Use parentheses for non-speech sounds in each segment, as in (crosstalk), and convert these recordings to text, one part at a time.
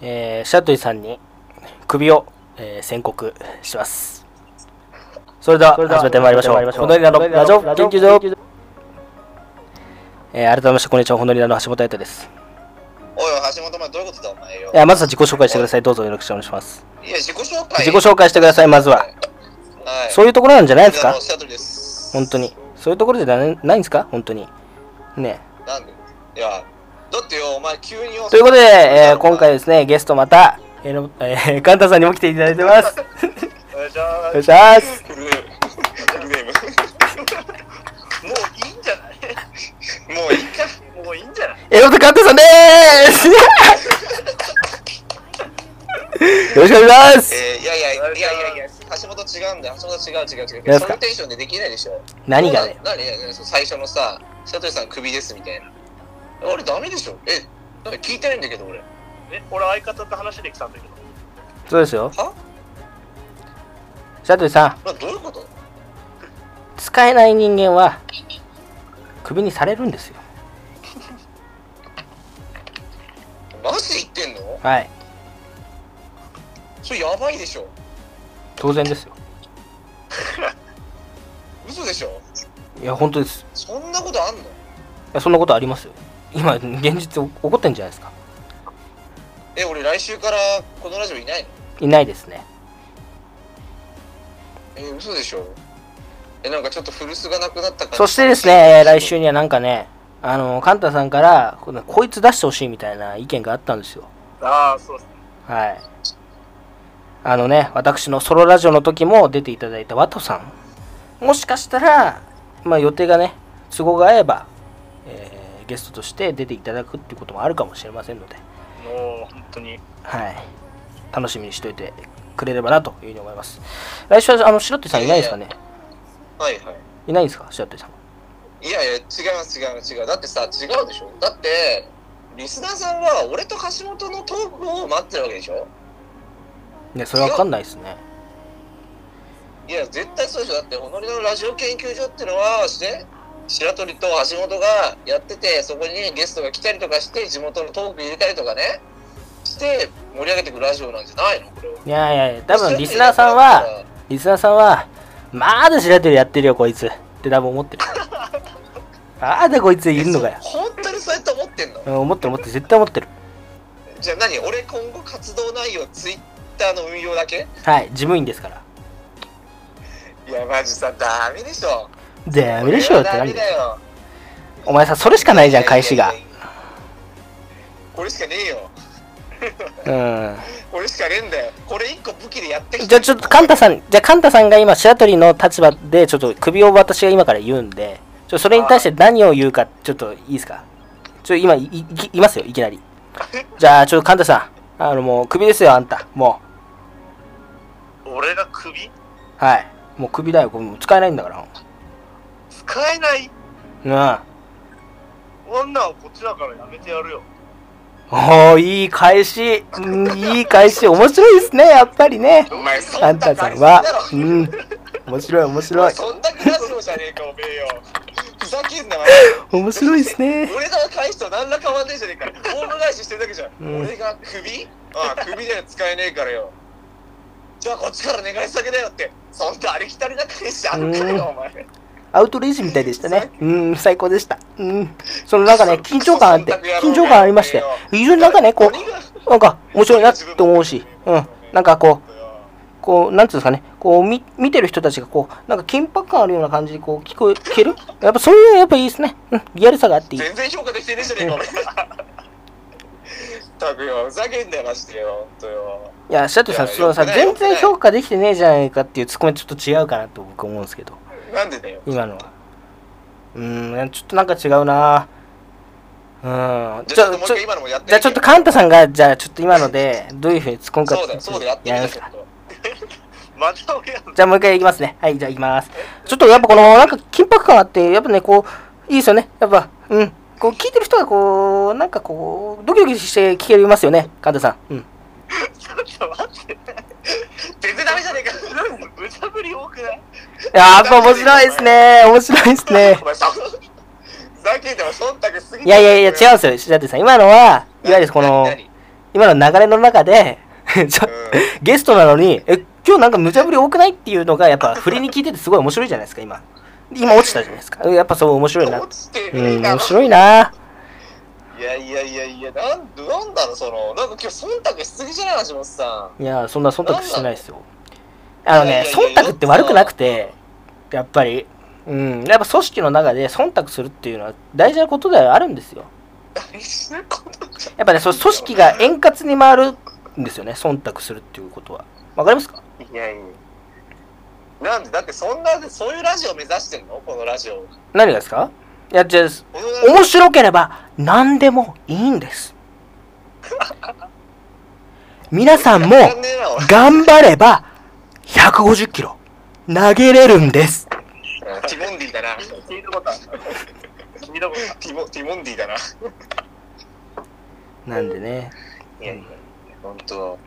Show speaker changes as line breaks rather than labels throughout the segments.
えー、シャトイさんに首を、えー宣告しますそれでは始めてまいりましょうホノリナのラジオ研究所、えー改めましてこんにちはホノリナの橋本彩太です、
おいおい、橋本、お前どういうことだ、お前よ
え。ーまずは自己紹介してくださいどうぞよろしくお願いします、
いや、自己紹介。
自己紹介してくださいまずは、
はい。
そういうところなんじゃないです
あ
か
のおっしゃる通りです。
本当にそういうところじゃないないんですか本当にね
なんでいや、だってよ、お前急によ。
ということで、えー今回
で
ですねゲストまた、えーのえー、カンタさんにも来ていただいてます
お願いしま
お
す
願い。します
フルネーム。フ (laughs) ルネーム。もういいんじゃないもういいか。もういいんじゃない
エロとカンタさんでーすよろしくお願いします
えー、いやいやいやいやいや、橋本違うんだよ。橋本違う違う違う。
ですか
そのテンションでできないでしょ。
何がね
そうな何何何そう最初のさ、佐藤さん首ですみたいな。俺ダメでしょ。え、なんか聞いてないんだけど俺。
え、俺相方と話できたんだけど。
そうですよ
は
シャトルさん
などういうこと
使えない人間はクビにされるんですよ
マジで言ってんの
はい
それやばいでしょ
当然ですよ
嘘でしょ
いや本当です
そんなことあんの
いやそんなことありますよ今現実起こってんじゃないですか
え俺来週からこのラジオいないの
いないですね
え嘘でしょえなんかちょっと古巣がなくなった感じ
そしてですね、えー来週にはなんかね、あの、カンタさんから、ここいつ出してほしいみたいな意見があったんですよ。
ああ、そうっすね。
はい。あのね、私のソロラジオの時も出ていただいたワトさん。もしかしたら、まあ予定がね、都合が合えば、えーゲストとして出ていただくっていうこともあるかもしれませんので、
もう、本当に。
はい。楽しみにしておいてくれればなというふうに思います。来週は、あの、白鳥さんいないですかね
はいはい
ないんですか白鳥さん。
いいやいや違います違います違うだってさ違うでしょだってリスナーさんは俺と橋本のトークを待ってるわけでしょ
ね、それわかんないですね。
いや絶対そうでしょだって己のラジオ研究所ってのはして白鳥と橋本がやっててそこにゲストが来たりとかして地元のトーク入れたりとかねして盛り上げていくラジオなんじゃないのこれはい
やいやいや、多分リスナーさんは、リスナーさんは、まだ白鳥やってるよ、こいつ。って多分思ってる。まだこいついるのかよ。
本当にそうやって思ってんの
うん思ってる、思ってる、絶対思ってる。
じゃあ何俺今後活動内容ツイッターの運用だけ
はい、事務員ですから。
いやマジさダメでしょ
ダメでしょって
ダ
何
メ
で
だよ
お前さ、それしかないじゃん、返しが。
これしかねえよ
うん。
これしかねえんだよこれ一個武器でやってきて
じゃあちょっと、カンタさん、じゃあカンタさんが今、白鳥の立場で、ちょっと首を私が今から言うんで、ちょそれに対して何を言うか、ちょっといいですか。ちょ、今い、い、いますよ、いきなり。じゃあ、ちょっとカンタさん、あの、もう、首ですよ、あんた。も
俺が首
う。はい。もう首だよ、これもう使えないんだから。
使えない
うん。
女をこっちだからやめてやるよ。
おおいい返しうんいい返し面白いですねやっぱりね
お前そ
カン
ん
タ
な
さ
返
ん
し
は
だろ
うん面白い面白い
そんだけラジオじゃねえかおめえよふざけんなお前
面白いですね
俺が返しと何ら変わんねえじゃねえかオーバー返ししてるだけじゃん、
うん
俺が首ああ首で使えねえからよじゃあこっちから願い下げだよってそんなありきたりな返しあんた
うん
よお前
アウトレイジみたいでしたねうん最高でしたうんそのなんかね緊張感あって緊張感ありまして非常になんかねこ
何が
うなんか面白いなって思うしうんなんかこうこうなんていうんですかねこう見見てる人たちがこうなんか緊迫感あるような感じでこう聞こえ聞けるやっぱそういうのやっぱいいですねうんリアルさがあっていい
全然評価できてねえじゃねえかお前たくよふざけんなよマジでよほんとよ
いや、シャトルさん、
いや
そのさ、
よくない
全然
よくない
評価できてねえじゃないかっていうツッコミちょっと違うかなと僕思うんですけど、
なんでだよ
今のは。うーん、ちょっとなんか違うなうん。
じゃあちょっともう
ちょ
一回今のもやってみて
じゃあちょっとカンタさんが、じゃあちょっと今の
(laughs)
で、どういうふうに突っ込むか
そうだよそうだよやって
や
み
りま
て
す
ちょ
か
っ。と
また俺やる
じゃあもう一回いきますね。はい、じゃあいきます。ちょっとやっぱこの、なんか緊迫感あって、やっぱね、こう、いいですよね。やっぱ、うん。こう、聞いてる人がこう、なんかこう、ドキドキして聞けますよね、カンタさ
(laughs)
ん。うん。
ちょっと待って。
全然ダメじゃねえか
なんか無茶ぶり多くない
やっぱ面白いですね。面白いですね
お。前さふざけんなよ忖度すぎ
いやいやいや、違うんですよ、白鳥さん。今のは、いわゆるこの
何、何
今の流れの中で、ちょ
うん
ゲストなのに、え、今日なんか無茶ぶり多くないっていうのが、やっぱ振りに聞いててすごい面白いじゃないですか、今。今落ちたじゃないですか。やっぱそう面白いな。
落ちて
う
ねえ
ん、
な
面白いな。
いやいやいやいや、なんで、なんだろう、その、なんか今日忖度しすぎじゃない、橋本さん。
いや、そんな忖度してないですよ。あの
いや
ね
いや、いや
忖度って悪くなくて、やっぱり、うん、やっぱ組織の中で忖度するっていうのは大事なことではあるんですよ。
大事なことじゃ
やっぱね、そう組織が円滑に回るんですよね、忖度するっていうことは。わかりますか
ん。いやいや。なんで、だってそんな、そういうラジオ目指してんのこのラジオ。
何がですかいや、じゃあ、
このラジオ
面白ければ何でもいいん (laughs) です。皆さんも
やらねえな俺
頑張れば150キロ投げれるんです。
ティモンディだな。
聞いたことある。聞いたことある。
ティモ、ティモンディだな。い
なんでね。
やいや、本当。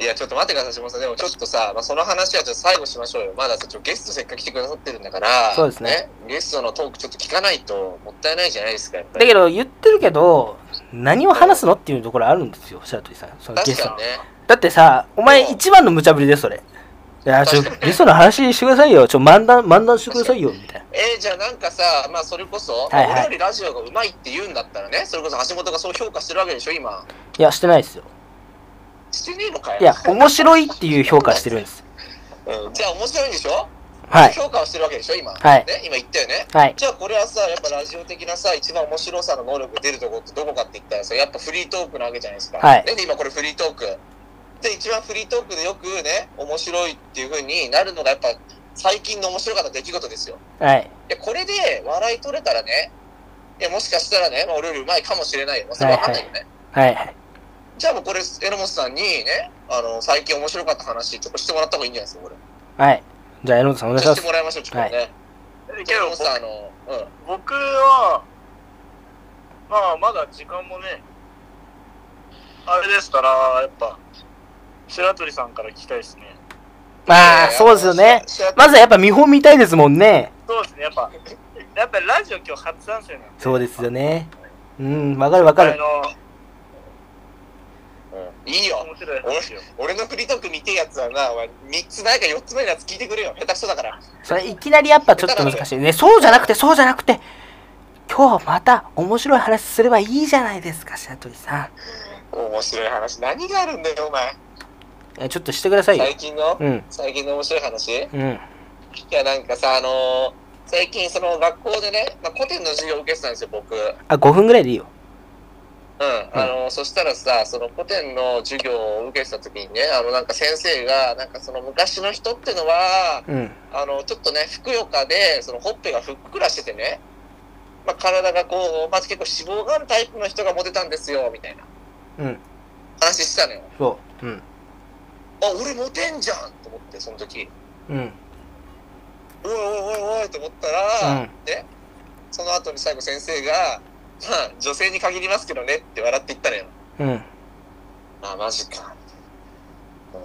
いや、ちょっと待ってください、橋本さん。でもちょっとさ、まあ、その話はちょっと最後しましょうよ。まださ、ちょっとゲストせっかく来てくださってるんだから、
そうですね
ゲストのトークちょっと聞かないともったいないじゃないですか、やっぱ
だ
り。
けど言ってるけど、何を話すのっていうところあるんですよ、白鳥さん。そのゲ
確
スト
か
の
に。ね。
だってさ、お前一番の無茶ぶりです、それ。いや、ちょ、ゲストの話してくださいよ。ちょ、漫談、漫談してくださいよ、みたいな。
えー、じゃあなんかさ、まあそれこそ、
はいはい
俺よりラジオがうまいって言うんだったらね、それこそ橋本がそう評価してるわけでしょ、今。
いや、してないですよ。
してねえのかよ。
いや、面白いっていう評価してるんです。
うんじゃあ面白いんでしょ、
はい。
評価をしてるわけでしょ、今。
はい
ね、今言ったよね。
はい。
じゃあこれはさ、やっぱラジオ的なさ、一番面白さの能力が出るとこってどこかって言ったらさ、やっぱフリートークなわけじゃないですか。
はい
ね、で今これフリートーク。で、一番フリートークでよくね、面白いっていう風になるのがやっぱ最近の面白かった出来事ですよ。
はい。
いや、これで笑い取れたらね、いや、もしかしたらね、まあ、俺よりうまいかもしれないよ。まあそれはわかんないよね。
はい。はい。
じゃあもうこれ、榎本さんにね、あの、最近面白かった話、ちょっとしてもらった方がいいんじゃないですか、これ。
はい。じゃあ、榎本さんお願い
ち
し
ょ
ま
っとして
す。
もらいましょう、ちょっとね。
け
榎
ど
本さん、あの、うん。
僕僕は、まあ、まだ時間もね、あれですから、やっぱ、白鳥さんから聞きたいですね。
まあ、そうですよね。。まずはやっぱ見本見たいですもんね。
そうですね、やっぱ、やっぱりラジオ今日初参戦なんで。
そうですよ
ね。
ね。うん、わかるわか
あ
る。
の、
うんいいよ。
面白い話を。
俺のフリートーク見てえやつはな、お前3つないか4つ目のやつ聞いてくれよ。下手くそだから。
それいきなりやっぱちょっと難しいね。そうじゃなくて、そうじゃなくて、今日また面白い話すればいいじゃないですか、白鳥さん。
面白い話。何があるんだよ、お前。
えちょっとしてくださいよ。
最近の、
うん、
最近の面白い話い
うん、
や、なんかさ、あのー最近その学校でね、まあ、古典の授業を受けてたんですよ、僕。うん。
あ、5分ぐらいでいいよ。
あのーそしたらさ、その古典の授業を受けてた時にね、あの、なんか先生が、なんかその昔の人ってのは、
うん、
あの、ちょっとね、ふくよかで、そのほっぺがふっくらしててね、まあ、体がこう、まず結構脂肪があるタイプの人がモテたんですよ、みたいな
うん、
話してたのよ。
そう、うん、
あ、俺モテんじゃんと思って、その時。
うん、うん、
おいおいおいおいと思ったら、ね、その後に最後先生が、まあ、女性に限りますけどねって笑って言ったのよ。
うん。
あ、マジか。うんっ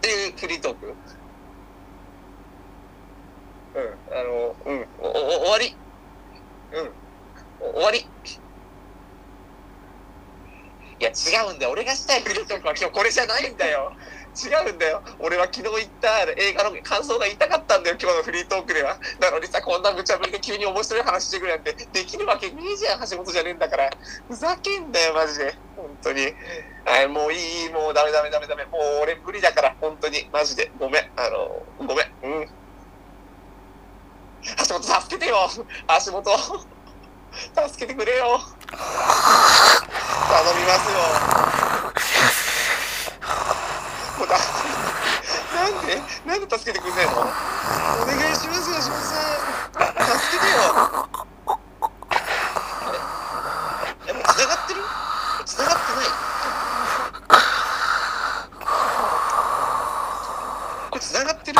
ていうフリートーク。うん、あの、うん、お、お、終わり。うん、お終わり。いや、違うんだよ。俺がしたいフリートークは今日これじゃないんだよ。違うんだよ。俺は昨日言った映画の感想が言いたかったんだよ、今日のフリートークでは。なのにさ、こんな無茶ぶりで急に面白い話してくるなんて、できるわけねえじゃん、橋本じゃねえんだから。ふざけんなよ、マジで。本当に。はい、もういい、もうダメダメダメダメ。もう俺無理だから、本当に。マジで。ごめん。あの、ごめん。うん。橋本、助けてよ。橋本。助けてくれよ。頼みますよ。もうだなんでなんで助けてくんないのお願いしますよ、橋本さん。助けてよ。え、もう繋がってる繋がってないこれ繋がってる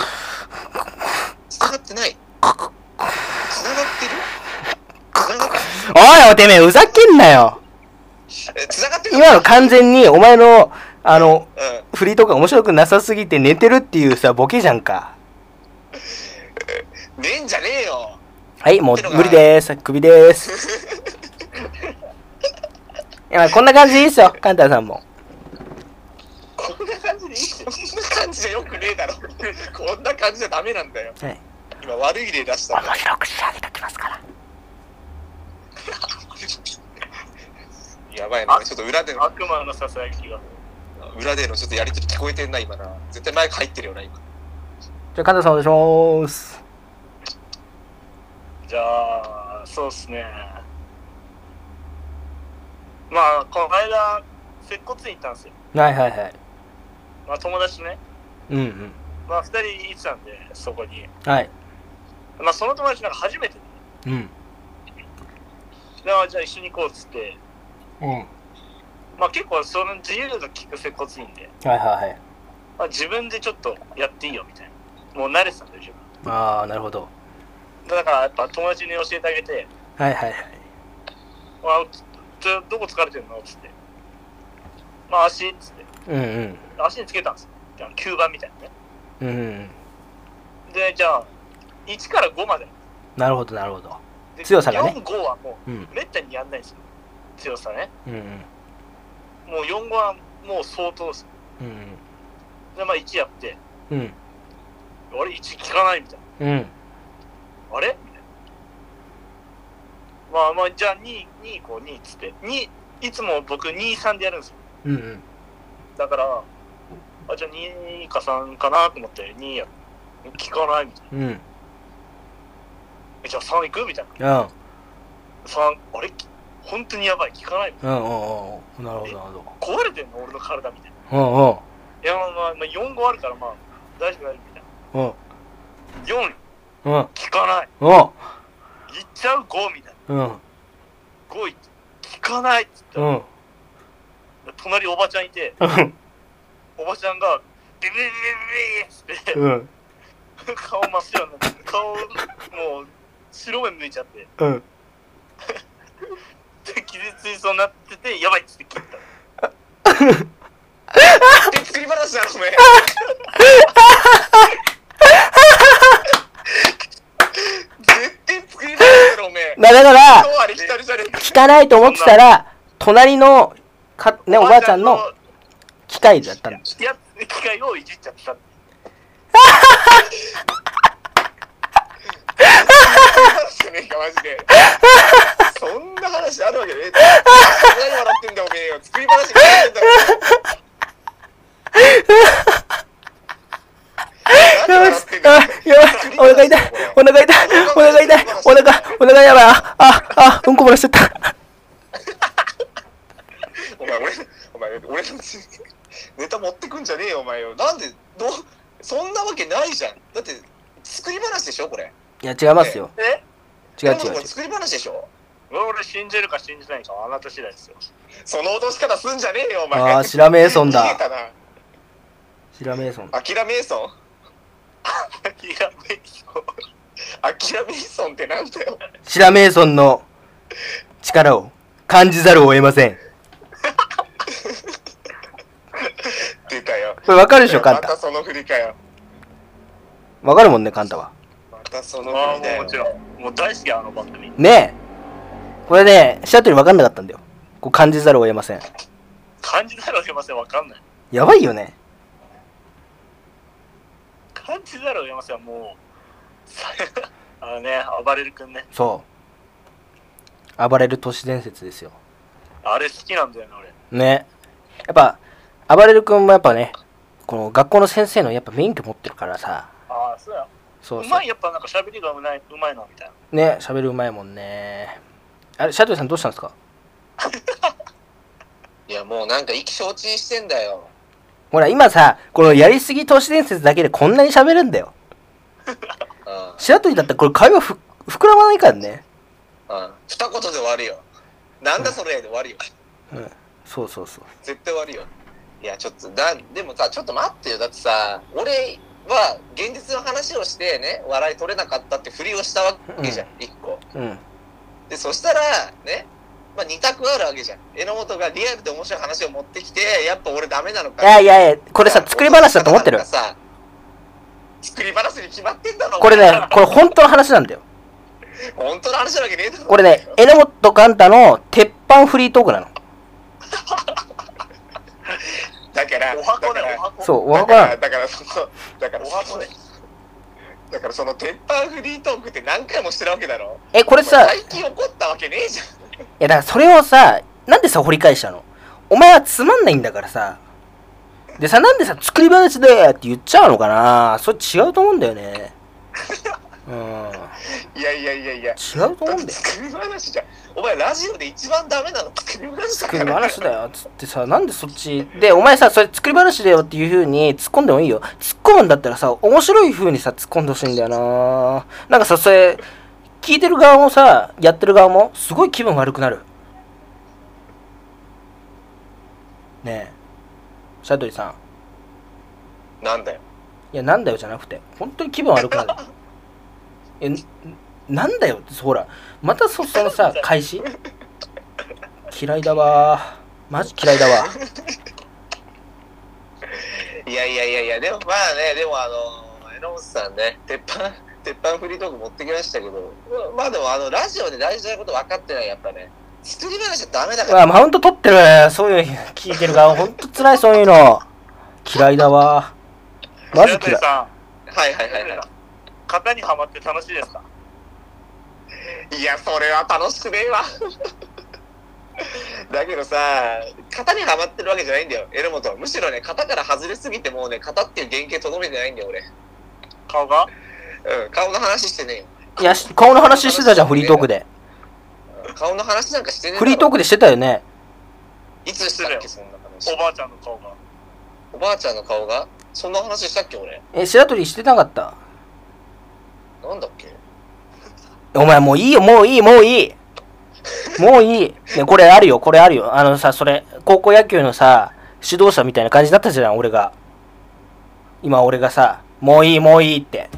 繋がってない繋がってる繋がって
おいおてめえ、ふざけんなよ
え繋がってる
今の完全にお前の、あの、
うん。
フリートークが面白くなさすぎて寝てるっていうさ、ボケじゃんか。
ねえんじゃねえよ
はい、もう無理です。クビです。やまあこんな感じでいいですよ、カンタさんも。
こんな感じでいいってこんな感じでよくねえだろこんな感じじゃダメなんだよ
はい。
今悪い例出したんだ
白く仕上げときますから。
やばいなちょっと裏で
悪魔のささやきが。
裏でのちょっとやりとり聞こえてんな今な絶対マイク入ってるよな今
じゃあ、カンタさんお願いします。
じゃあ、そうっすね。まあ、この間、接骨院行ったんですよ。
はいはいはい。
まあ、友達とね。
うんうん。
まあ、二人行ってたんで、そこに。
はい。
まあ、その友達なんか初めてで、
うん。
であじゃあ一緒に行こうっつって、
うん。はい
まあ、結構その自由が利く接骨院で、
はいはい。
まあ、自分でちょっとやっていいよみたいな。もう慣れてたんだよ、自分。
ああ、なるほど。
だから、やっぱ友達に教えてあげて、
はいはいはい。
まあ、ちょどこ疲れてるのっつって。まあ、足っつって。
うんうん。
足につけたんですよ。じゃあ吸盤みたいなね。
うんうん。
で、じゃあ、1から5まで。
なるほどなるほど。
で
強さがね
4、5はも
うん
う、めったにやんないんですよ。強さね。
うんうん。
もう4、5はもう相当です。
うん
で、まあ、1やって、
うん。
あれ、1効かないみたいな。
うん。
あれみたいな。まあまあ、じゃあ2、2こう、2っつって。2、いつも僕2、3でやるんですよ。
うんうん。
だから、あ、じゃあ2か3かなと思って、2や。効かないみたいな。
うん。うん。
えじゃあ3行くみたいな。
うん。
3、あれ本当にやばい。効かない。
うんうんうん。なるほどなるほど。
壊れてんの俺の体みたい
う
な。いや、まあまあ、まあ、4号あるから、まあ、大丈夫大丈夫みた
ん
い
うん。
な。4、
うんうん。
効かない。
うん。
行っちゃう5みたいな。
うん。
5行って、効かないっつった
う
ら、
ん。
隣おばちゃんいて、
うん。
おばちゃんが、ビビビビビっつって、
うん。
顔真っ白になって顔もう白目向いちゃって
うん。
で傷ついそうになっててやばいっつって切った
手作り話だろおめえ絶対作り話だろおめえ
だから、
今日あれ浸るじゃねえか
聞かないと思ってたら、隣のか、ね、おばあちゃんの機械だったんです。
いや機械をいじっちゃった
話じゃねえかマジでそんな話あるわけねえだろ何笑ってんだおめえよ作り話になって
(laughs)
んだろ何笑ってんだ
あ
よ
やばい、お腹痛い、お腹痛い、お腹痛い、お腹、お腹やばい、あ、あ、あ、うんこ漏らしちゃった。
お前俺お前俺のネタ持ってくんじゃねえよお前よなんでどうそんなわけないじゃんだって作り話でしょこれ
いや、違いますよ。
え
違う違
こんな
う違
のこれ作り話でしょ
俺信じるか信じないかはあなた次第ですよ
その脅し方すんじゃねえよお
う。
前
ああ、シラメイソン
逃げ
だ。
たな
シラメイソン。
アキラメイソン
いやめっそう
アキラメイソンってなんだよ
シラメイソンの力を感じざるを得ません。
出たよ
これわかるでしょ、カン
ま
タ
た。その振りかよ
わかるもんね、カンタは。
またその
ああ
振り
もう
だよ
もちろんもう大好きあの番組
ねえ。これね、シャトルわかんなかったんだよ。こう感じざるを得ません。
感じざるを得ませんわかんない
やばいよね。
感じざるを得ませんはもう (laughs) さあのね暴れる君ね
そう。暴れる都市伝説ですよ。
あれ好きなんだよね俺
ね。やっぱ、暴れる君もやっぱね、この学校の先生のやっぱ免許持ってるからさ、
ああそうや
そう
う
そ
まいやっぱなんか喋りがうまいうまいなみたいな
う。ね、喋るうまいもんね。あれ、シャトルさんどうしたんですか
いやもうなんか意気消沈してんだよ
ほら、今さ、このやりすぎ都市伝説だけでこんなに喋るんだよ。
うん
白鳥だったらこれ会話ふ膨らまないからね。
うん二言で終わるよなんだそれで終わるよ
うん。そうそうそう。
絶対終わるよいやちょっとだでもさちょっと待ってよだってさ俺は現実の話をしてね笑い取れなかったってふりをしたわけじゃん一個
うん。
でそしたらねまあ二択あるわけじゃん榎本がリアルで面白い話を持ってきてやっぱ俺ダメなの
い
か
やいやいや、これさ、作り話だと思ってる
なん。かさ作り話に決まってんだろ
これね、これ本当の話なんだよ。
本当の話なわけねえだろ
これね、榎本カンタの鉄板フリートークなの。
だから、
お箱ね
だから
お箱
そう、お
だ
は
から、
が、
だから、その、だから、
お箱ね
だからその鉄板フリートークって何回もしてるわけだろ
え、これさ、い
最近怒ったわけねえじゃん
やだからそれをさ、なんでさ、掘り返したのお前はつまんないんだからさ。でさ、なんでさ、作り話でって言っちゃうのかなそれ違うと思うんだよね。うん。
いやいやいやいや
違うと思うんだよ。
作り話じゃんお前ラジオで一番ダメなの作り話だか
作
ら
り話だよっつってさなんでそっちでお前さそれ作り話だよっていう風に突っ込んでもいいよ突っ込むんだったらさ面白い風にさ突っ込んでほしいんだよななんかさそれ聞いてる側もさやってる側もすごい気分悪くなるねえシャドリさん
なんだよ
いやなんだよじゃなくて本当に気分悪くなるえなんだよってほらまたそそのさ開始嫌いだわマジ嫌いだわ
いやいやいやいやでもまあねでもあの榎本さんね鉄板鉄板フリートーク持ってきましたけどまあでもあのラジオで大事なこと分かってないやっぱね作り話はダメだから
あマウント取ってるねそういう聞いてる側ほんと辛いそういうの嫌いだわマジ
白
嫌
鳥
い
さ
はいはいはいは
ん、型にはまって楽しいですか
いいやそれは楽しくねえわ (laughs) だけどさ型にはまってるわけじゃないんだよ榎本はむしろね型から外れすぎてもうね型っていう原型とどめてないんだよ俺
顔が
うん顔の話してねえよ
いやし顔の話してたじゃんフリートークで
顔の話なんかしてねえ
フリートー
ク
クでしてたよね
いつしたっけそんな話
おばあちゃんの顔が
おばあちゃんの顔がそんな話したっけ俺
え白鳥してなかった
なんだっけ
お前もういいよもういいもういいもういい、ね、これあるよこれあるよあのさそれ高校野球のさ指導者みたいな感じだったじゃん俺が今俺がさもういいもういいって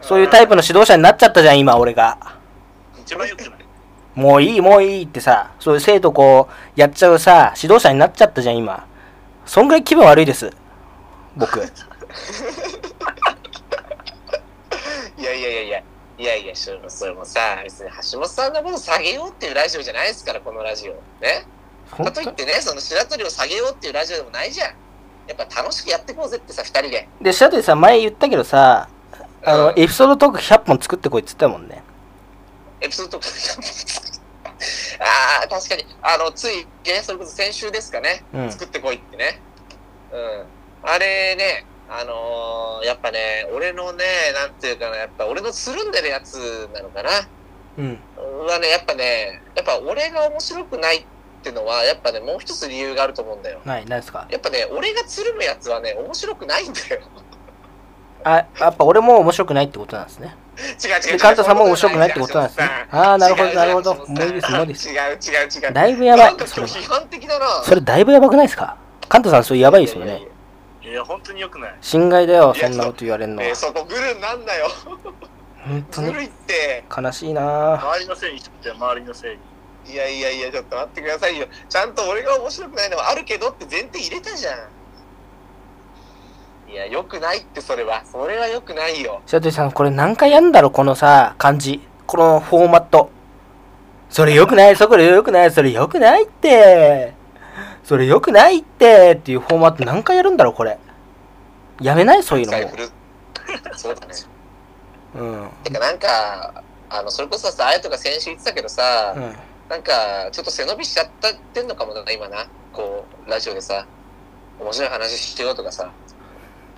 そういうタイプの指導者になっちゃったじゃん今俺が
一番良くない (laughs)
もういいもういいってさ、そういう生徒こう、やっちゃうさ、指導者になっちゃったじゃん、今。そんぐらい気分悪いです。
(laughs)
僕。
いやいやいやいやいやいやそれもそれもさ別に橋本さんのこと下げようっていうラジオじゃないですからこのラジオね
本
かとい
当
ってねその白鳥を下げようっていうラジオでもないじゃんやっぱ楽しくやってこうぜってさ2人で
で、シャトルさ、前言ったけどさ、あの、
うん
エピソードトーク100本作ってこいっつったもんね。
エピソードトーク (laughs) ああ確かにあのついねそれこそ先週ですかね
うん。
作ってこいってね。うん。あれね、あのーやっぱね、俺のね、なんていうかな、やっぱ俺のつるんでるやつなのかな。
うん。
はね、やっぱね、やっぱ俺が面白くないってのは、やっぱね、もう一つ理由があると思うんだよ。
ない、ないですか
やっぱね、俺がつるむやつはね、面白くないんだよ。
あ、やっぱ俺も面白くないってことなんですね。
違う違う違
で、
う。
カンタさんも面白くないってことなんですね。ああ、なるほど、なるほど。
違う
もういいです、もういいです。
違う違う違う。
だいぶやば
ないんか。
そ
今
れ
日批判的だな。
それだいぶやばくないですかカンタさん、それやばいですよ
いやい
ね
や。い
いや本当に良くない
侵害だよ、
いや
そんなこと言われるの
や。えー
は。
そこグルになんなよ。
本当
ず
に
るいって。
悲しいなぁ。
周りのせいにしてて周りのせいに
いやいやいや、ちょっと待ってくださいよ。ちゃんと俺が面白くないのはあるけどって前提入れたじゃん。いや、良くないって、それは。それは良くないよ。
白鳥さん、これ何回やんだろ、このさ、感じ。このフォーマット。それ良くない、そこで良くない、それ良くないって。それ良くないってっていうフォーマット何回やるんだろ、これ。やめないそういうの
サイ
も
フル。 (laughs) そうだね。
う。うん。
てか、なんか、あの、それこそさ、あやとか先週言ってたけどさ、
うん。
なんか、ちょっと背伸びしちゃったってんのかもな、今な。こう、ラジオでさ、面白い話しようとかさ、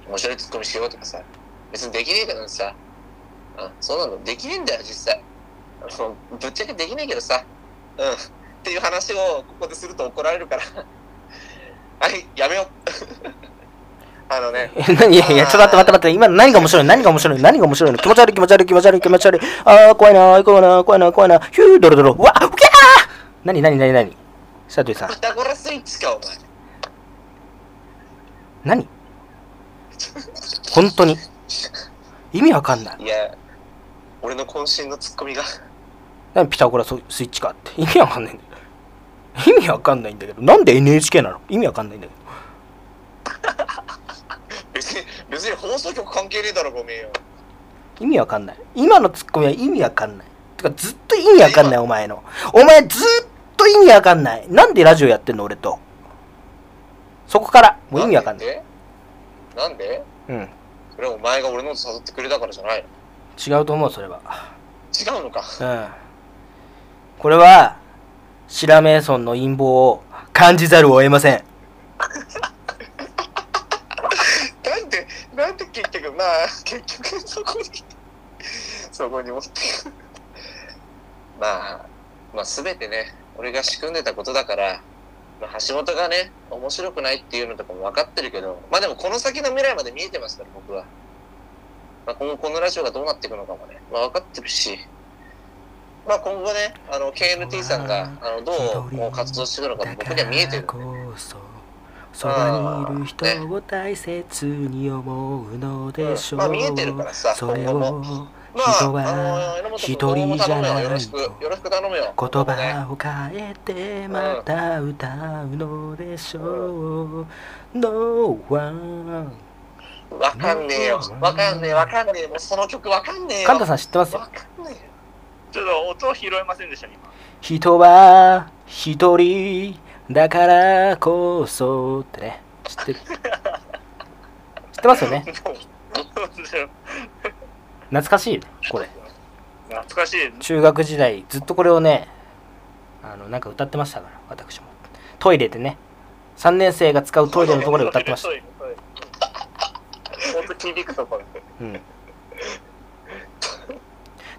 面白いツッコミしようとかさ、別にできねえけどさ、あ、そうなの、できねえんだよ、実際。あのぶっちゃけできねえけどさ、うん、っていう話をここですると怒られるから、 (laughs) はい、やめよう。 (laughs) あのね、
え、何いやいや、ちょっと待って待って待って、今の何が面白いの何が面白いの何が面白いの気持ち悪い気持ち悪い気持ち悪い気持ち悪い。あー、怖いなー、怖いなー、怖いなー、怖いなー。ヒュー、ドロドロ。うわ、うきゃー何何何何白鳥さん
ピ、タゴラスイッチか、お前。
何本当に。意味わかんない。
いや、俺の渾身のツッコミが。
何ピタゴラスイッチかって意味わかんないんだけど意味わかんないんだけどなんで NHK なの意味わかんないんだけど
別に、別に放送局関係ねえだろ、ごめんよ。
意味わかんない今のツッコミは意味わかんないてかずっと意味わかんないお前のお前ずっと当意味わかんない。なんでラジオやってんの俺と。そこから、もう意味わかんない。
でなんで
うん。
それはお前が俺のこと誘ってくれたからじゃないの
違うと思う、それは。
違うのか
うん。これは、シラメイソンの陰謀を感じざるを得ません。
なんでなんで結局まあ (laughs) 結局そこにそこに持ってくまあまあ全てね俺が仕組んでたことだから、まあ、橋本がね面白くないっていうのとかも分かってるけどまあでもこの先の未来まで見えてますから僕は、まあ、今後このラジオがどうなっていくのかもね、まあ、分かってるしまあ今後ねあの KNT さんがあのどうもう活動していくのか僕には見えてるんで
そそばにいる人を大切に思うのでしょう、
まあ見えてるからさ
それを
今後
人
まあ、あ
は
の
一
榎本君
人じゃ
頼むよよ
な
ろ
い
しく、
と
よろしく頼むよ。
言葉を変えてまた歌うのでしょう No one
わかんねえよ。わかんねえ、わかんねえ。もうその曲わかんねえよ。
カンタさん知ってますよ
わかんねえよ。
ちょっと音拾えませんでしたね、今。 (laughs)
人は一人だからこそってね知ってる知ってますよね懐かしいねこれ
懐かしい。
中学時代ずっとこれをねあのなんか歌ってましたから私もトイレでね3年生が使うトイレのところで歌って
(laughs)
ました
トイレ。トイレトイレ音響くところ。
うん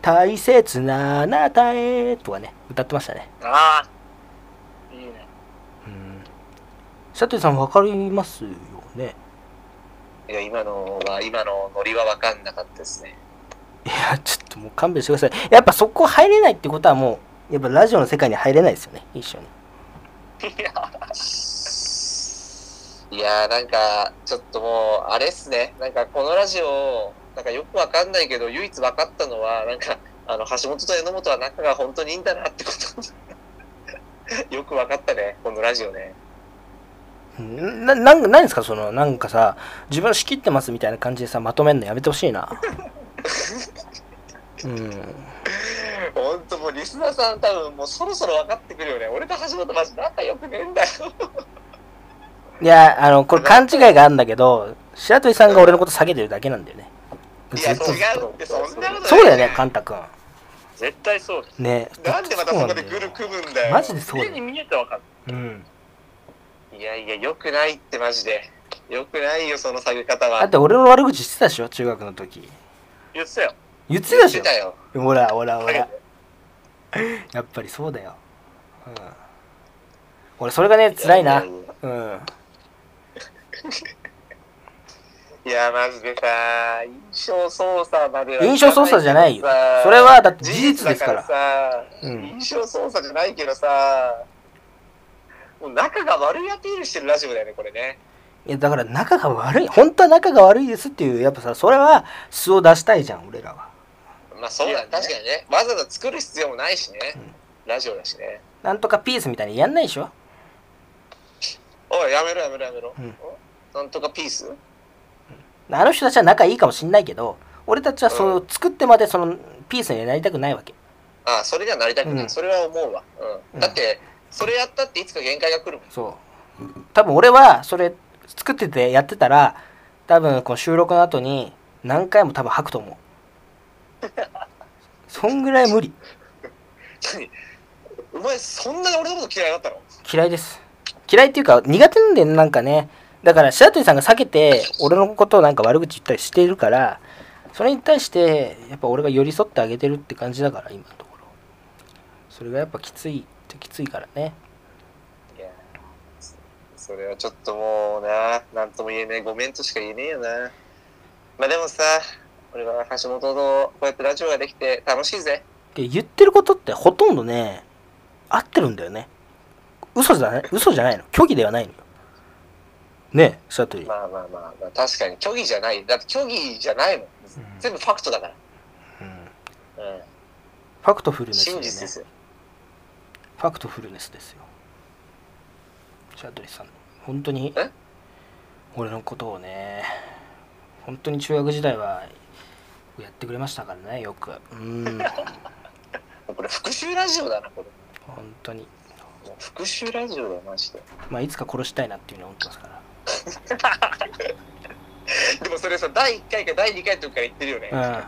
大切なあなたへとかね歌ってましたね
ああ。いいね。
うんシャトリさんわかりますよね
いや、今のは、今のノリはわかんなかったですね。
いやちょっともう勘弁してくださいやっぱそこ入れないってことはもうやっぱラジオの世界に入れないですよね一緒に
いやー、なんか、ちょっともう、あれっすね。なんか、このラジオ、なんかよくわかんないけど、唯一わかったのは、なんか、あの、橋本と榎本は仲が本当にいいんだなってこと。よくわかったね、このラジオね。
うんななんか何ですかそのなんかさ自分仕切ってますみたいな感じでさまとめるのやめてほしいなうん
ほんともうリスナーさん多分もうそろそろ分かってくるよね。俺と橋本マジ仲良くねえんだよ。
いやあのこれ勘違いがあるんだけど白鳥さんが俺のこと下げてるだけなんだよね
いや
ずっと
違うってそんなことない
そうだよねカンタ君
絶対そうです。
ね
なんでまたそこで
そうな
グ
んだ
ル
よ
組むんだよ。
マジでそうだ
目
よ
に見えてわかる。
うん
いやいや、良くないってマジで。良くないよ、その下げ方
だ
は
っ。て俺の悪口してたでしょ中学の時
言ってたよ。
言ってたでし
言
ょ
ってたよ。
ほらほらほ
は
ら
い
やっぱりそうだよ、うん、俺それがね辛いな
や
うん
いや、マジでさ、印象操作までは。
印象操作じゃないよそれ。はだって事実ですから
事実だからさ、
うん
印象操作じゃないけどさ、もう仲が悪いアピールしてるラジオだよね、これね。
いやだから仲が悪い本当は仲が悪いですっていうやっぱさそれは素を出したいじゃん俺らは
まあそうだ、ね、確かにね。わざわざ作る必要もないしね。
うん
ラジオだしね。
なんとかピースみたいにやんないでしょ
おい、やめろやめろやめろ。
うん
おなんとかピース
あの人たちは仲いいかもしんないけど俺たちはその作ってまでそのピースになりたくないわけ
ああ、それにはなりたくない。
うん
それは思うわ。うん。だって、それやったっていつか限界が来るもん。
そう多分俺はそれ作っててやってたら多分この収録の後に何回も多分吐くと思う (laughs) そんぐらい無理
お前、そんなに俺のこと嫌いだったの
嫌いです嫌いっていうか苦手なんだよねなんかねだから白鳥さんが避けて俺のことをなんか悪口言ったりしてるからそれに対してやっぱ俺が寄り添ってあげてるって感じだから今のところそれがやっぱきついってきついからね
いや、それはちょっともうな、なんとも言えねえ。ごめんとしか言えねえよな。まあでもさ、俺は橋本とこうやってラジオができて楽しいぜ。
で言ってることってほとんどね合ってるんだよね嘘じゃない嘘じゃないの虚偽ではないのよねえ白鳥、
まあまあまあ、まあ、確かに虚偽じゃない。だって虚偽じゃないもん。
ん
全部ファクトだから。
うん
うん。
ファクトフルネスだよ
真
ね
実ですよ。
ファクトフルネスですよ白鳥さん本当に
え
俺のことをね本当に中学時代はやってくれましたからねよくうん
これ復讐ラジオだな、これ。
本当に
もう復讐ラジオだよ、マジで。
まあ、いつか殺したいなっていうのは思ってますから。
でもそれさ、第1回か第2回の時から言ってるよね。
うん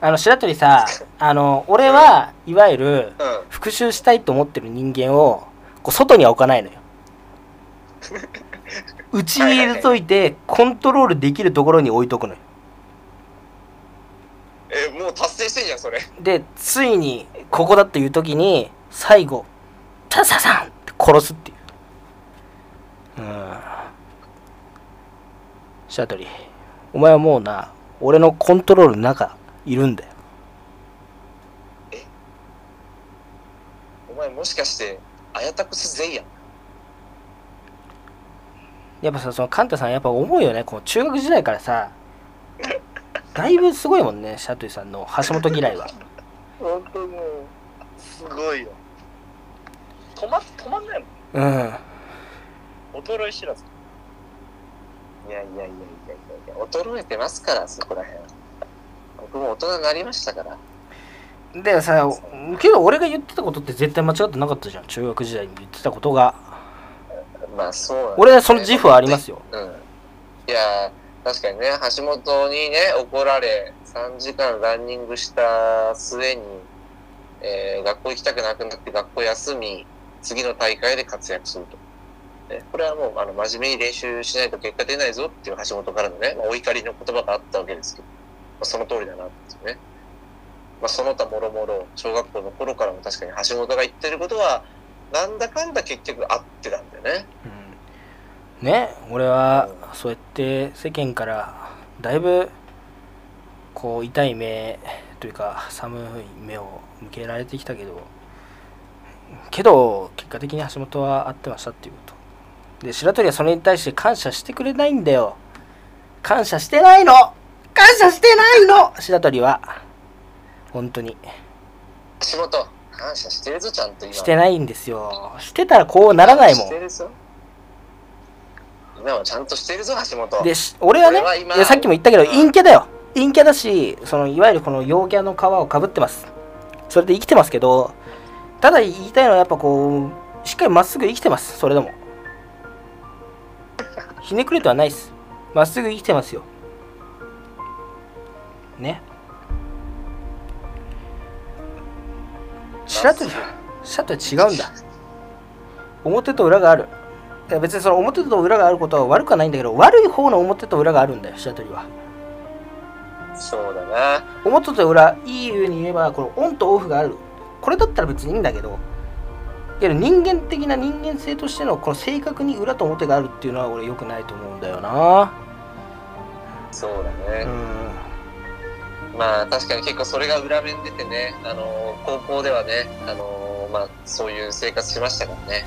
あの白鳥さあの俺はいわゆる
うん。
復讐したいと思ってる人間をこう外には置かないのようちに入れといてコントロールできるところに置いとくのよ
え、もう達成してんじゃん、それ。
でついにここだっていう時に最後「タサさん!」って殺すっていううん白鳥お前はもうな俺のコントロールの中いるんだよ
お前もしかして、あやたくす全やん。
やっぱさそのカンタさんやっぱ思うよねこの中学時代からさだいぶすごいもんねシャトゥイさんの橋本嫌いは
本当もう、すごいよ。止ま、止まんないも
うん
ん。衰え知らず。
いやいやいやいやいやいや、衰えてますから、そこらへん。僕も大人になりましたから。
でさけど俺が言ってたことって絶対間違ってなかったじゃん中学時代に言ってたことが
まあそうなんだよね
俺はその自負はありますよ
うん。いやー、確かにね、橋本にね、怒られ、3時間ランニングした末に、えー学校行きたくなくなって学校休み、次の大会で活躍すると。ねこれはもう、あの、真面目に練習しないと結果出ないぞっていう橋本からのね、まあお怒りの言葉があったわけですけど、まあその通りだなっていうね。まあ、その他もろもろ、小学校の頃からも確かに橋本が言ってることは、なんだかんだ結局あってたんだよね。
うんね俺はそうやって世間からだいぶこう痛い目というか寒い目を向けられてきたけどけど結果的に橋本は合ってましたっていうことで白鳥はそれに対して感謝してくれないんだよ感謝してないの感謝してないの白鳥は本当に
橋本感謝してるぞちゃんと今
してないんですよしてたらこうならないもん
してるぞ今はちゃんとしてるぞ橋本
でし俺はね
俺は今
いやさっきも言ったけど
うん
陰キャだよ陰キャだしそのいわゆるこの陽キャの皮をかぶってますそれで生きてますけどただ言いたいのはやっぱこうしっかりまっすぐ生きてますそれでもひねくれてはないっすまっすぐ生きてますよね白鳥白鳥違うんだ表と裏があるいや別にその表と裏があることは悪くはないんだけど悪い方の表と裏があるんだよ白鳥は
そうだな
表と裏いい風に言えばこのオンとオフがあるこれだったら別にいいんだけどけど人間的な人間性としてのこの性格に裏と表があるっていうのは俺良くないと思うんだよな
そう
う
だね、
ん
まあ確かに結構それが裏面出てねあのー高校ではねあのーまあそういう生活しましたからね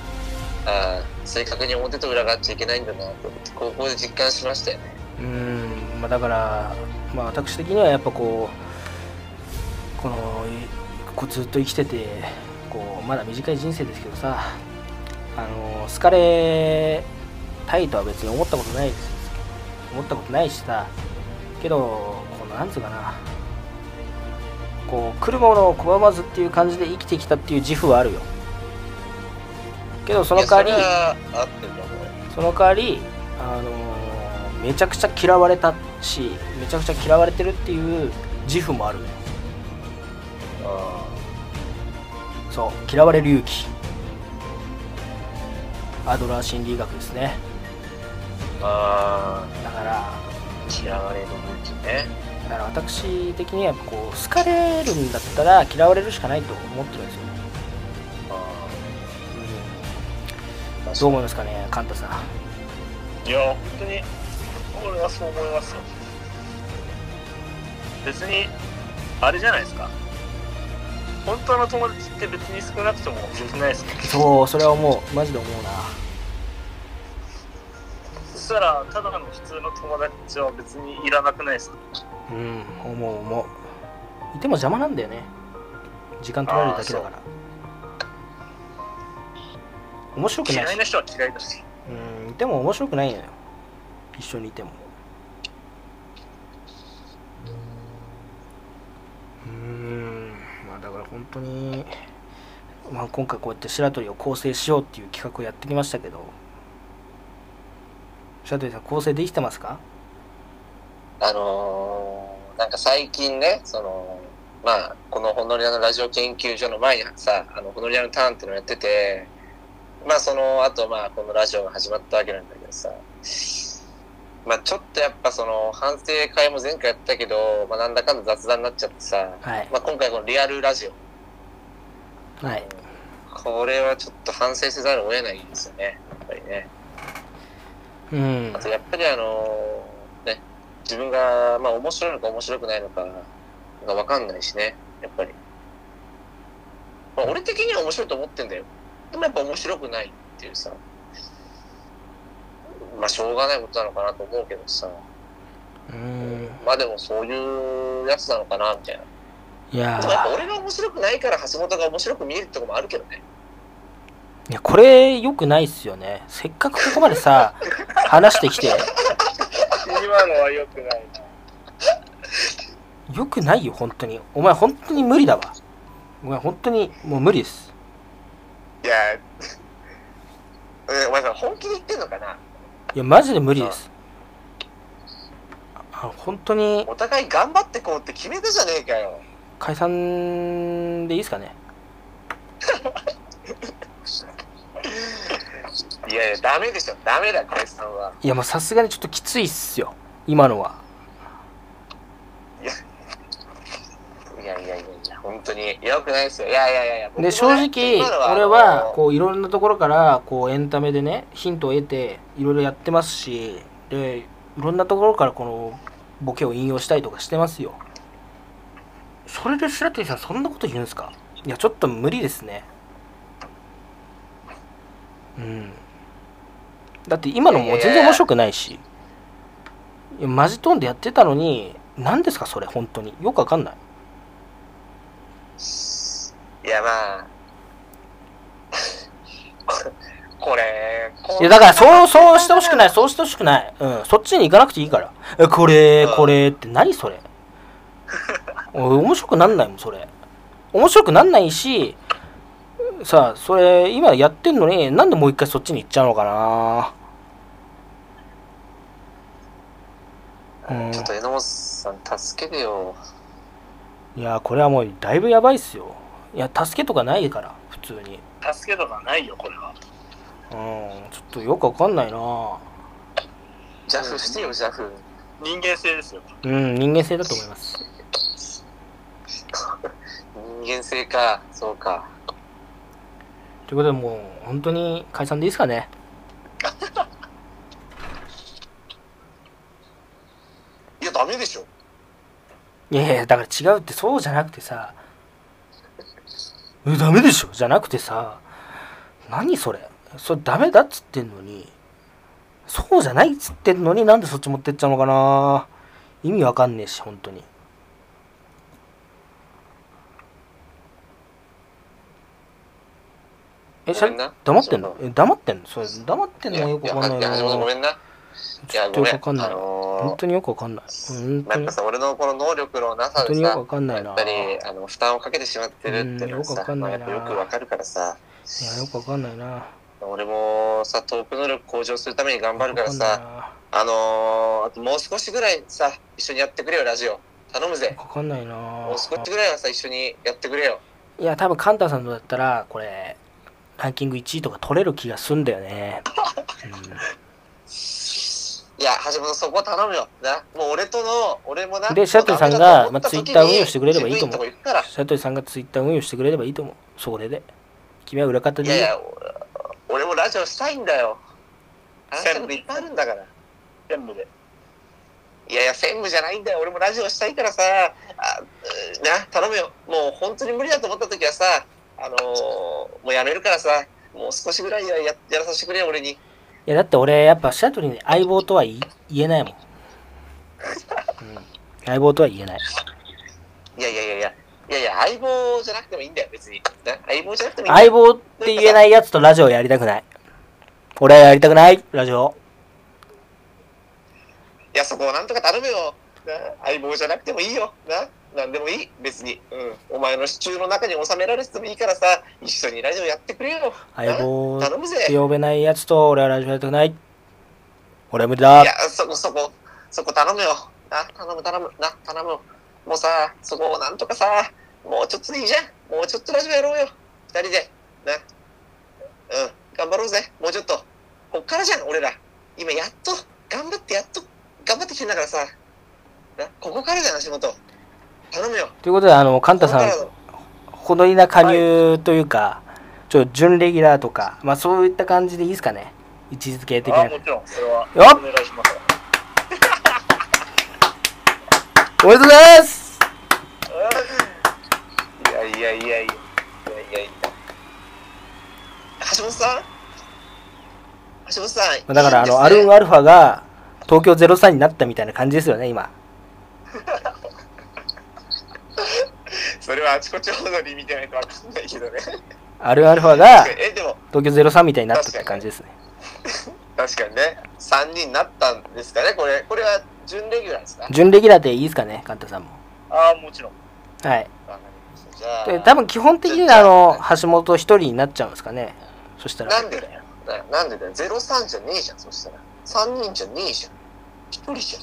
ああ正確に表と裏があっちゃいけないんだなと思って高校で実感しましたよね
うんまあだからまあ私的にはやっぱこうこのいこうずっと生きててこうまだ短い人生ですけどさあの好かれたいとは別に思ったことないです思ったことないしさけどこのなんつうかなこう来るものを拒まずっていう感じで生きてきたっていう自負はあるよけどその代わり
いやそれは合ってると思う
その代わり、あのーめちゃくちゃ嫌われたしめちゃくちゃ嫌われてるっていう自負もあるのよ
あ
そう嫌われる勇気アドラー心理学ですね
ああ
だから
あ嫌われる武器ね
だから私的にはこう好かれるんだったら嫌われるしかないと思ってるんですよ、
あ
うん、どう思いますかねカンタさん
いや、本当に、俺はそう思いますよ。別に、あれじゃないですか。本当の友達って別に少なくても別にないですか。
そうそれは思うマジで思うな
そしたら、ただの普通の友達は別にいらなくないですか。
うん思う思ういても邪魔なんだよね時間取られるだけだから面白くない
嫌い
し
な人は嫌いだし。
うんいても面白くないのよ一緒にいてもうーんまあだから本当にまあ、今回こうやって白鳥を構成しようっていう企画をやってきましたけど白鳥さん構成できてますか
あのーなんか最近ね、その、まあ、このホノリアのラジオ研究所の前にさ、あの、ホノリアのターンっていうのをやってて、まあ、その後、まあ、このラジオが始まったわけなんだけどさ、まあ、ちょっとやっぱその、反省会も前回やったけど、まあ、なんだかんだ雑談になっちゃってさ、
はい
まあ、今回このリアルラジオ、
はい
これはちょっと反省せざるを得ないんですよね、やっぱりね。
うん
あとやっぱりあのね、自分が、まあ面白いのか面白くないのかがわかんないしね、やっぱり。まあ俺的には面白いと思ってんだよ。でもやっぱ面白くないっていうさ、まあしょうがないことなのかなと思うけどさ、
うん
まあでもそういうやつなのかな、みたいな。
いや
で
ー
もやっぱ俺が面白くないから橋本が面白く見えるってとこもあるけどね。
いやこれ良くないっすよねせっかくここまでさ話してきて
今のは良くないな。
良くないよ本当にお前本当に無理だわお前本当にもう無理です
い (laughs) や、えお前さ、本気で言ってんのかない
やマジで無理ですあ本当に
お互い頑張ってこうって決めたじゃねえかよ。
解散でいいですかね
いやいや、ダメでしょ。ダメだ、解散は。
いやもうさすがにちょっときついっすよ今のはい
やいやいやいや、本当に。よくないですよ。いやいやいやいや。僕も
で
ね
正直
今の
俺
あの
はこういろんなところからこうエンタメでねヒントを得ていろいろやってますしでいろんなところからこのボケを引用したりとかしてますよそれで白鳥さんそんなこと言うんですかいやちょっと無理ですねうんだって今のもう全然面白くないしいやマジトーンでやってたのに何ですかそれ本当によくわかんない
いや、まあ。 (laughs) これ、こ
いやだからそうそうしてほしくないそうしてほしくないうんそっちに行かなくていいからえこれこれって何それおい面白くなんないもんそれ面白くなんないしさあそれ今やってんのになんでもう一回そっちに行っちゃうのかなうん
ちょっと榎本さん、助けてよ。
いやこれはもうだいぶやばいっすよいや助けとかないから普通に
助けとかないよ、これは。
うんちょっとよくわかんないな
ジャフしてよ、ジャフ。
人間性ですよ。
うん人間性だと思います
人間性か。そうか。
ということでもう本当に解散でいいですかね
いや、ダメでしょ。
いやいやだから違うってそうじゃなくてさ「えダメでしょ」じゃなくてさ何それそれダメだっつってんのにそうじゃないっつってんのになんでそっち持ってっちゃうのかな意味わかんねえし本当にえしゃ
ごめんな
黙ってんのえ黙ってんのそれ黙ってんの
いや、
が
い
よく
や
わかんない
いや橋本ごめ
なん
な。い
ちょ
や、
っと
ご
よ
め
くわか
ん。
んない
あ
本
のー
当によくわかんない本
ま
当
あやっ
に
ぱさ、俺のこの能力のなさ
本当
で
によく
さ
わ、かんないな
やっぱりあの負担をかけてしまってるっていうのは
うんよくわ
さ、
かん
ま
な
あ、
いな
やっぱよくわかるからさ
いやよくわかんないな。
俺もさトーク能力向上するために頑張るからさ
さ。
あのー、あともう少しぐらいさ一緒にやってくれよラジオ頼むぜ
わかんないな
もう。少しぐらいはさ一緒にやってくれよ
いや多分カンタさんのだったらこれランキング1位とか取れる気がすんだよね。
いや橋本そこ頼むよなもう俺との俺もな
で白鳥さんがまあ Twitter 運用してくれればいいと思う
う行くから
サトリさんがツイッター運用してくれればいいと思う。それで。君は裏方
い
でい
や
い
いや俺もラジオしたいんだよ話したいこといっぱいあるんだから
全部で。
いやいや、専務じゃないんだよ。俺もラジオしたいからさ、あうんな、頼むよ。もう本当に無理だと思った時はさ、あのーもうやめるからさ、もう少しぐらいはややらさせてくれよ、俺に。
いやだって俺やっぱ白鳥に相棒とは言い言えないもん。うん相棒とは言えない。
いやいやいやいや、いやいや、相棒じゃなくてもいいんだよ、別に。な相棒じゃなくてもいいんだよ。
相棒って言えないやつとラジオやりたくない。俺はやりたくないラジオ。
いや、そこをなんとか頼むよ。な相棒じゃなくてもいいよななんでもいい別に、うん、お前の支柱の中に収められててもいいからさ一緒にラジオやってくれよ
相棒
な頼むぜ
って呼べないやつと俺はラジオやりたくない。俺は無理だ
い。や、そこ、そこ、そこ頼むよ。な、頼む、頼む、な、頼む。もうさ、そこをなんとかさ、もうちょっとでいいじゃん。もうちょっとラジオやろうよ。二人で。な。うん、頑張ろうぜ。もうちょっと。こっからじゃん、俺ら。今やっと、頑張ってやっと、頑張ってきてんだからさ。な、ここからじゃん、足元。頼むよ。
ということで、あの、カンタさ
こ
ん
こから、の
ほどりな加入というか、ちょ、準レギュラーとか、まあそういった感じでいいですかね。位置づけ的
あ
な
も。ちろん、それは。
よっ
お願いします。
おめでとうございます
いやいやいやいやいやいやいや橋本さん橋本さん
まあだから、あ
いいんですね
の、アルンアルファが東京03になったみたいな感じですよね、今。
それはあちこち踊り見てないとわかんないけどね
アルンアルファが
えでも
東京03みたいになったって感じですね。
確かにね3人になったんですかねこれこれは準レギュラーですか
準レギュラーでいいですかね、カンタさんも。
あもちろん。
はい。
わかりましたじゃあ
で多分基本的にはあの橋本一人になっちゃうんですかね。そしたら
な。んでだよななんでだよ03じゃねえじゃんそしたら3人じゃねえじゃん1人じ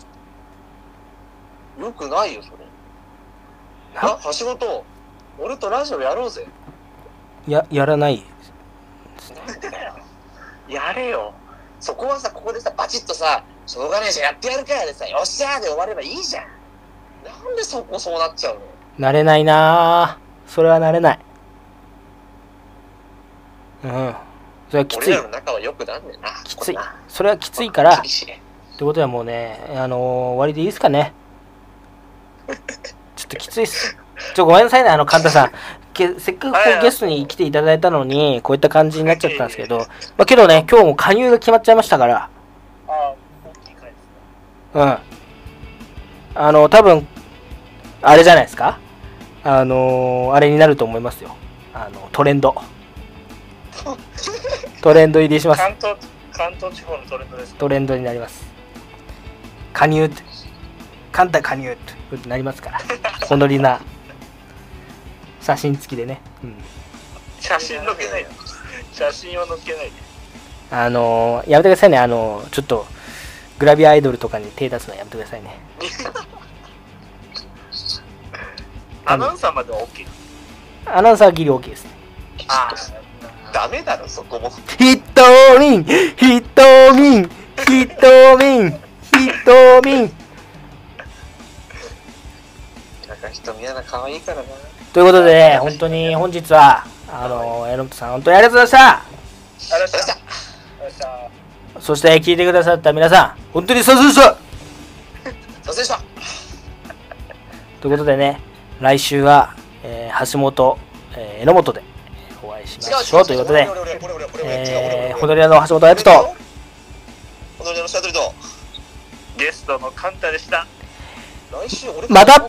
ゃんよくないよそれあ橋本俺とラジオやろうぜ (laughs)
や、やらない。
やれよ。そこはさ、ここでさ、バチッとさ、しょうがねえじゃんやってやるからでさ、よっしゃーで終わればいいじゃん。なんでそこそうなっちゃうの
なれないなぁ。それはなれない。うん。それはきつ
俺
い
ら。の仲は良くなんねえな。
きつい
こんな。
それはきついから、っ
厳しいね
てことはもうね、あのー終わりでいいですか
(laughs)
ね。ちょっときついっす。ちょ、ごめんなさいね、あの、カンタさん。けせっかくこ
はいは
う
い
ゲストに来ていただいたのに、こういった感じになっちゃったんですけど、
い
まあ、けどね、今日も加入が決まっちゃいましたから、
あ大きい回ですね。
うん。あの、多分あれじゃないですかあのーあれになると思いますよ。あの、トレンド。トレンド入りします。
関東、関東地方のトレンドですか
トレンドになります。加入って、簡単加入ってことになりますから。ホノリナ、写真付きでね。うん。
写真載っけないよ。写真を載っけないで。
あのーやめてくださいね。あのーちょっと、グラビアアイドルとかに手出すのやめてくださいね。
アナウンサーまでは OK。
アナウンサーはギリ OK ですね。
ああ、ダメだろ、そこも。
ヒットミンヒットミンヒットミンヒットミン
中瞳アナ可愛いからな。
ということでね、本当に本日は、あの、エロントさん、本当にありがとうございまし
ありがとうご
さ
ざいました。
たそして、聞いてくださった皆さん、本当にそうそうそう
あ、失礼した。
ということでね、来週は、えー橋本、えー、榎本でお会いしましょうということで、
俺俺俺俺俺俺俺俺俺
え
俺
ー、ホノリアの橋本彩人と、
踊りのシャトルと、
ゲストのカンタでした。
来週俺
また